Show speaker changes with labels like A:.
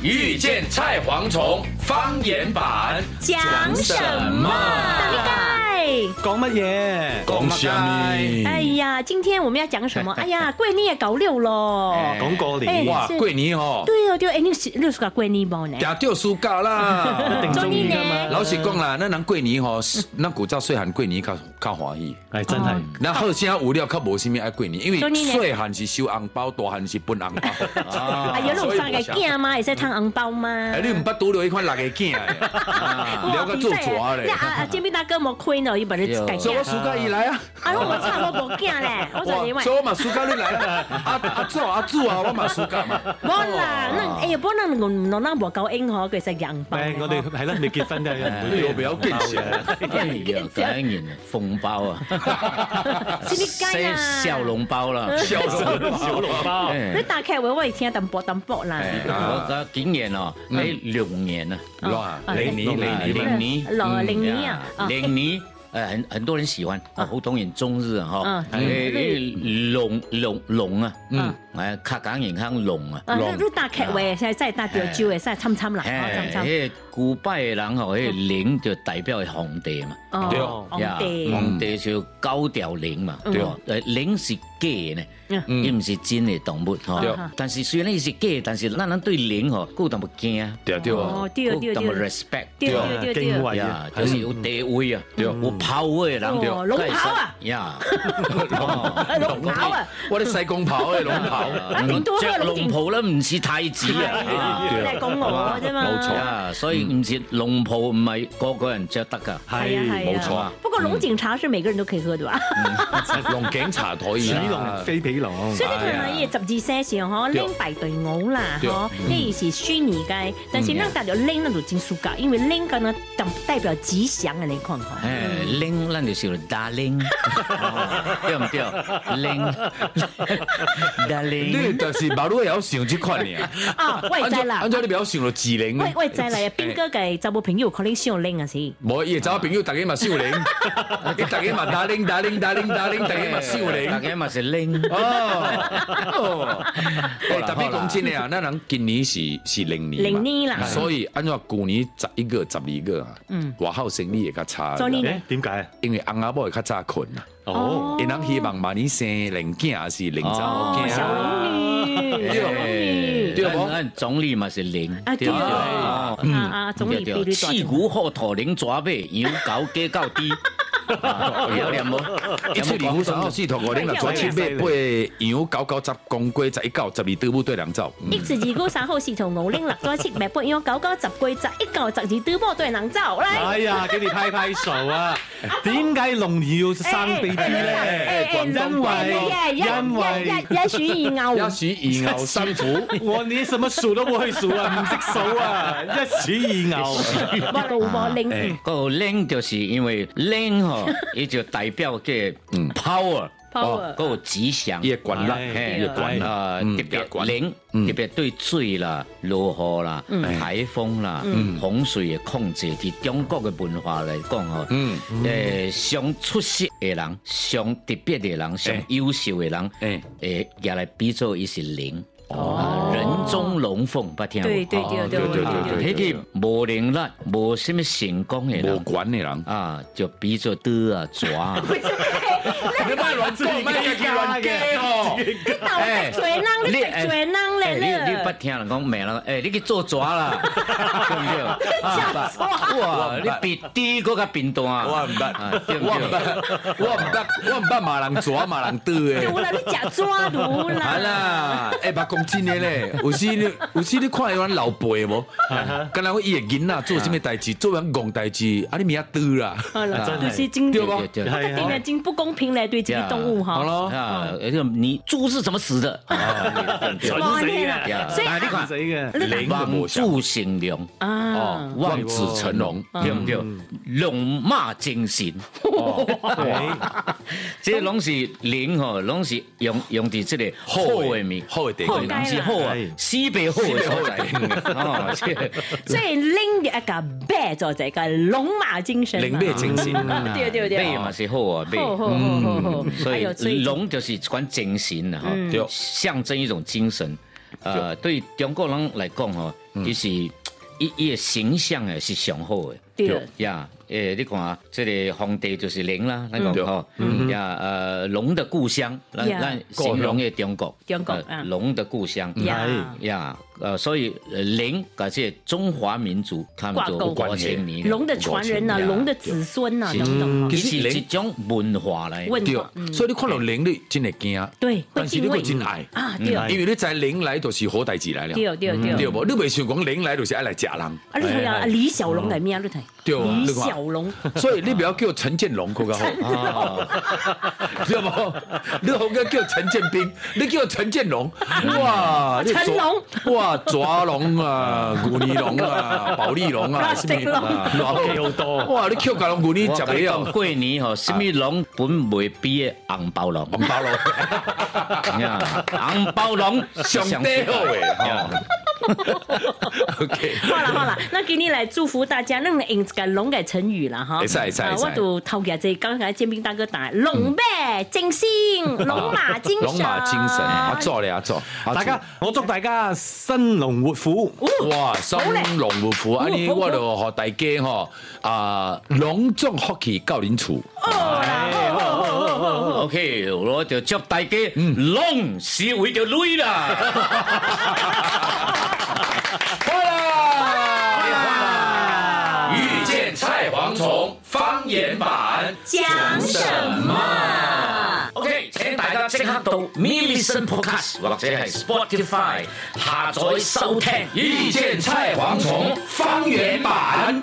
A: 遇见菜蝗虫方言版，
B: 讲什么？大力盖。
C: 讲乜嘢？
A: 恭喜你！
B: 哎呀，今天我们要讲什么？哎呀，桂林也搞六咯。
C: 讲过年
B: 哎
A: 哇，
B: 是
A: 桂林哦，
B: 对哦，对哦，哎，你是六十个桂林包呢？
A: 也掉暑假 啦。
C: 定中意噶嘛？
A: 老实讲啦，咱人桂林吼，是咱古早细汉桂林较较欢喜。
C: 系真系，
A: 那后生有了较无啥物爱桂林，因为
B: 中年人
A: 细汉是收红包，大汉是分红包。
B: 啊，
A: 啊
B: 有那种三个囝吗？也是烫红包吗
A: 哎，？你唔捌拄着迄款六个囝 的，啊聊个做
B: 啊
A: 蛇！
B: 那
A: 咧。
B: 啊啊，煎饼大哥莫亏呢，伊把你改
A: 所以我暑
B: 嫁。
A: 假伊来啊，
B: 啊，我无差我无囝嘞，我就另
A: 哇
B: 外
A: 所。以我嘛暑假你来啊，啊啊祖啊祖啊，我嘛暑假嘛。
B: 无啦，那哎呀，不那我我那无够硬吼，佢食红包。
C: 诶，哎我哋系啦，未结婚嘅，
A: 呢個比較堅持
D: 哎呀，梗然鳳包啊，
B: 是你雞啊嗯
D: 小籠包啦，
A: 小笼小笼包，
B: 你
D: 哎
B: 打开我，我会听淡薄淡薄啦。
D: 哎我我竟然哦，
B: 嗯
D: 喺六年啊，
A: 哇，
B: 哦
A: 雷尼
C: 哦
A: 雷尼
D: 零
A: 雷尼，
D: 尼
B: 老零尼啊啊
D: 零尼。呃，很很多人喜欢啊，胡同人中日啊哈，
B: 嗯
D: 哎哎龙龙龙啊，
B: 嗯
D: 嗯，哎，卡港人康龙啊，
B: 啊，你你打开我，现在再打吊酒的，再参参啦，哦参
D: 哎，
B: 参。
D: 迄古拜嘅人吼，迄零就代表係皇帝嘛，
C: 對
B: 哦嗯
C: 哦，
B: 皇帝。嗯
D: 皇帝就高調零嘛，
B: 對
D: 哦，誒零是假嘅呢。
B: 嗯
D: 伊唔是真嘅動物吼
B: 對，
D: 但是雖然伊是假的，但是咱人對靈吼，有淡薄驚，
A: 对对啊，
B: 哦，对对
D: 有淡薄
B: 对
D: respect，
B: 對
D: 啊
B: 對對
C: 敬畏啊
D: 呀，，就是有地位啊，有
B: 嗯
D: power 嘅人，
B: 哦龍袍啊
D: 呀， 嗯
B: 龍袍啊，
A: 我啲西公跑嘅龍跑，
B: 啊頂多都係
D: 着
B: 龍
D: 龍袍啦，唔似太子 啊。
B: 你係講我啫嘛。
A: 冇錯
D: 呀，所以唔似龍袍，唔係個個人着得噶。
B: 係啊係啊。
A: 冇錯啊嗯
B: 不過龍井茶是每個人都可以喝的啊吧？
A: 龍警察台啊
C: 子
A: 以
C: 龍非比龍，
B: 所以呢個係嘢十字寫時候，嗬，
A: 對
B: 拎排隊舞啦，
A: 對
B: 嗬，呢是虛擬嘅，但是呢，大家拎那種金屬架，啊因為拎嘅呢代代表吉祥嘅你看看。
D: 誒拎，咱就笑打拎，哦對唔對？ 拎，打
A: 你
D: 拎，
A: 就是馬路有想即款嘅啊。
B: 啊，喂，再啦
A: 按，照你比較想到自領
B: 喂
A: 咧，
B: 喂，再嚟啊，邊個嘅就冇朋友可能想拎啊先。
A: 冇伊走朋友，大家嘛笑 領，你大家嘛打領打領打領打領，大家嘛笑
D: 大
A: 領。
D: 家咪是拎。
B: 哦
A: 哦，
D: 好
A: 哦，
D: 啦
A: 特別
D: 好啦哎
A: 講真嘅啊，咱人今年是是零年嘛
B: 零年啦
A: 所以按照舊年十一個、十二個啊，
B: 嗯
A: 外口生理會較差
B: 做呢
A: 啦，
C: 诶，點解？
A: 因為翁仔某會較早困啊，
C: 哦，
A: 因人希望明年生零囝還是零查某
B: 哦，
A: 囝
B: 小
A: 啊。
B: 龍女，小龍女。
A: 對
D: 按
A: 不
D: 按啊总理嘛是零，
B: 啊對啊
D: 對
B: 啊啊總理
D: 對
B: 比
D: 對
B: 你大
D: 屁股后头零爪背，牛狗鸡狗低，啊有 念冇？
A: 一七年虎三号系统，我恁若左七八八羊九九十公鸡十一九十二队伍对人走，嗯
B: 一次二高三号是同我拎六多七八八幺九九十句十一九十二對波對能走嚟。
C: 哎呀，佢哋拍拍手啊！點解龍兒要生地豬咧？因為因為
B: 一一鼠二牛
A: 一，鼠二牛三虎，
C: 我你什麼數都冇去數啊，唔識數啊，一鼠二牛。
B: 我老婆拎
D: 个零就是因为零吼，伊就代表嘅
B: 嗯
D: power，
B: power
D: 嗰个吉祥。
A: 也管啦，
D: 嘿
A: 也管啦，
D: 啊，
A: 嗯
D: 特
A: 也
D: 別
A: 管
D: 零，特別對水啦、落雨啦、颱風啦、洪水嘅控制，喺中國嘅文化嚟講哦，
A: 嗯
D: 誒呃上出色嘅人、上特別嘅人、上優秀嘅人
A: 哎，
D: 誒也嚟比作伊是零，
B: 哦
D: 啊人中龍鳳，捌聽過？
B: 對對對對
A: 對
D: 啊
A: 對對
D: 迄個無能力、無什麼成功嘅
A: 无
D: 人。
A: 管的人，
D: 啊，就比作豬啊、蛇啊，
A: 你卖 乱讲，卖自己乱讲哦，
B: 你倒食嘴囊，你食嘴囊咧
D: 哎你你不
B: 咧。
D: 听人讲咩啦？诶，你去做蛇啦， 对唔對？啊哇，你别啲嗰個便當啊！
A: 我唔捌
D: 啊對唔
A: 我唔
D: 對？
A: 捌，我唔捌，我唔捌骂人左骂人对的。
B: 啦，你假抓毒
A: 啊
B: 啦！
A: 啦，哎，别讲真的咧，有时你有时你看有咱老辈无，敢若伊个囡仔做什么代志，做完戆代志，啊你咪啊丢啦，
B: 好啦，
C: 真係
B: 就是今
A: 對
B: 天
A: 吧
D: 對對對
C: 係
B: 今天真不公平咧，對
D: Dạ.
B: 這些動物
A: 好
B: 哈。
A: 咯，
D: 啊，而且你豬是怎麼死的？
A: 哦
B: 哇你啦
D: 對
C: à.
D: 啊
B: 所以
D: 啊你
C: 蠢
D: 看
C: 死嘅。
A: 零
D: 望豬成龍，
B: 啊，
A: 望子成嗯龍，
D: 對唔對？龍馬精神，這攏是零吼，攏是用用佇即個好嘅物。
A: 好的地
D: 好
A: 方，
D: 南是好啊，西北好嘅所在。哦，即係
B: 所以拎一個白做這個龍馬精神。哦
A: 零咩嗯精神？
B: 對對對。
D: 北嘛是好啊，北。
B: 好好好好好。哎
D: 所以龙就是管精神的哈
B: 嗯
A: 对，
D: 象征一种精神。呃，对中国人来讲吼，
A: 嗯
D: 伊是伊伊的形象诶是上好诶。
B: 对
A: 对
B: 了，
D: 呀，诶，你看啊，这个皇帝就是龙啦，咱
A: 嗯对
D: 讲吼，呀，呃，龙的故乡，咱
B: 呀
D: 咱形容的中国，
B: 中国
D: 呃
B: 啊
D: 龙的故乡，
A: 嗯
B: 呀
D: 呀，呃，所以呃龙跟这中华民族他们
B: 挂钩
D: 就
A: 关系
D: 千年了
B: 龙的传人呐，
D: 呀
B: 龙的子孙
A: 嗯
B: 呐，
D: 是
B: 等等啊
A: 其
D: 伊
A: 实
D: 是
A: 龙
D: 一种文化来，
B: 问
A: 对
B: 候，嗯，
A: 所以你看到灵你真会惊，
B: 对，会
A: 但是你
B: 敬
A: 个
B: 畏
A: 真爱，
B: 啊，对
C: 嗯
A: 因为你知灵来就是好代志来了，
B: 对对
A: 对
B: 对，
A: 无？你袂想讲灵来就是爱来食人，
B: 啊，你睇
C: 哎
B: 啊，
C: 哎
B: 李小龙来咩啊？你睇，
A: 对哦啊
B: 李
A: 你看
B: 小龙，
A: 所以你不要叫陈建龙更较好，啊
D: 哦，
A: 对无？你好个叫陈建斌，你叫陈建龙，哇，你
B: 陈
A: 蛇
B: 龙，
A: 哇，蛇龙啊，牛尼龙啊，保利龙啊，什
B: Plastic
A: 么
B: 龙
A: 啊，
C: 記好多
A: 哇，你叫甲龙牛尼
D: 我
A: 食
D: 跟你
A: 袂
D: 讲
A: 了，
D: 过年吼，什么龙本未比的红包龙，
A: 红包龙，
D: 呀红包龙
A: 上帝啊好诶，吼。OK，
B: 好啦好啦，那今天来祝福大家，那用一个龙嘅成语啦哈。
A: 可以可以可以
B: 啊我都偷嘅这刚才建斌大哥打龙呗，精神，龙马精神，啊
A: 龙马精神，阿做咧阿啊做，阿祖
C: 大家，我祝大家生龍活虎。
A: 哇，生龍活虎，安尼我就互大家吼啊，隆重福氣到恁厝，
D: OK，我就祝大家龍是會條女 啦，
A: 快啦！
D: 遇見
A: 蔡蝗虫方言版
B: 讲什么？
D: OK，請大家即刻到 m i l l i s o n Podcast 或者係 Spotify 下載收聽。
A: 遇見蔡蝗蟲方言版。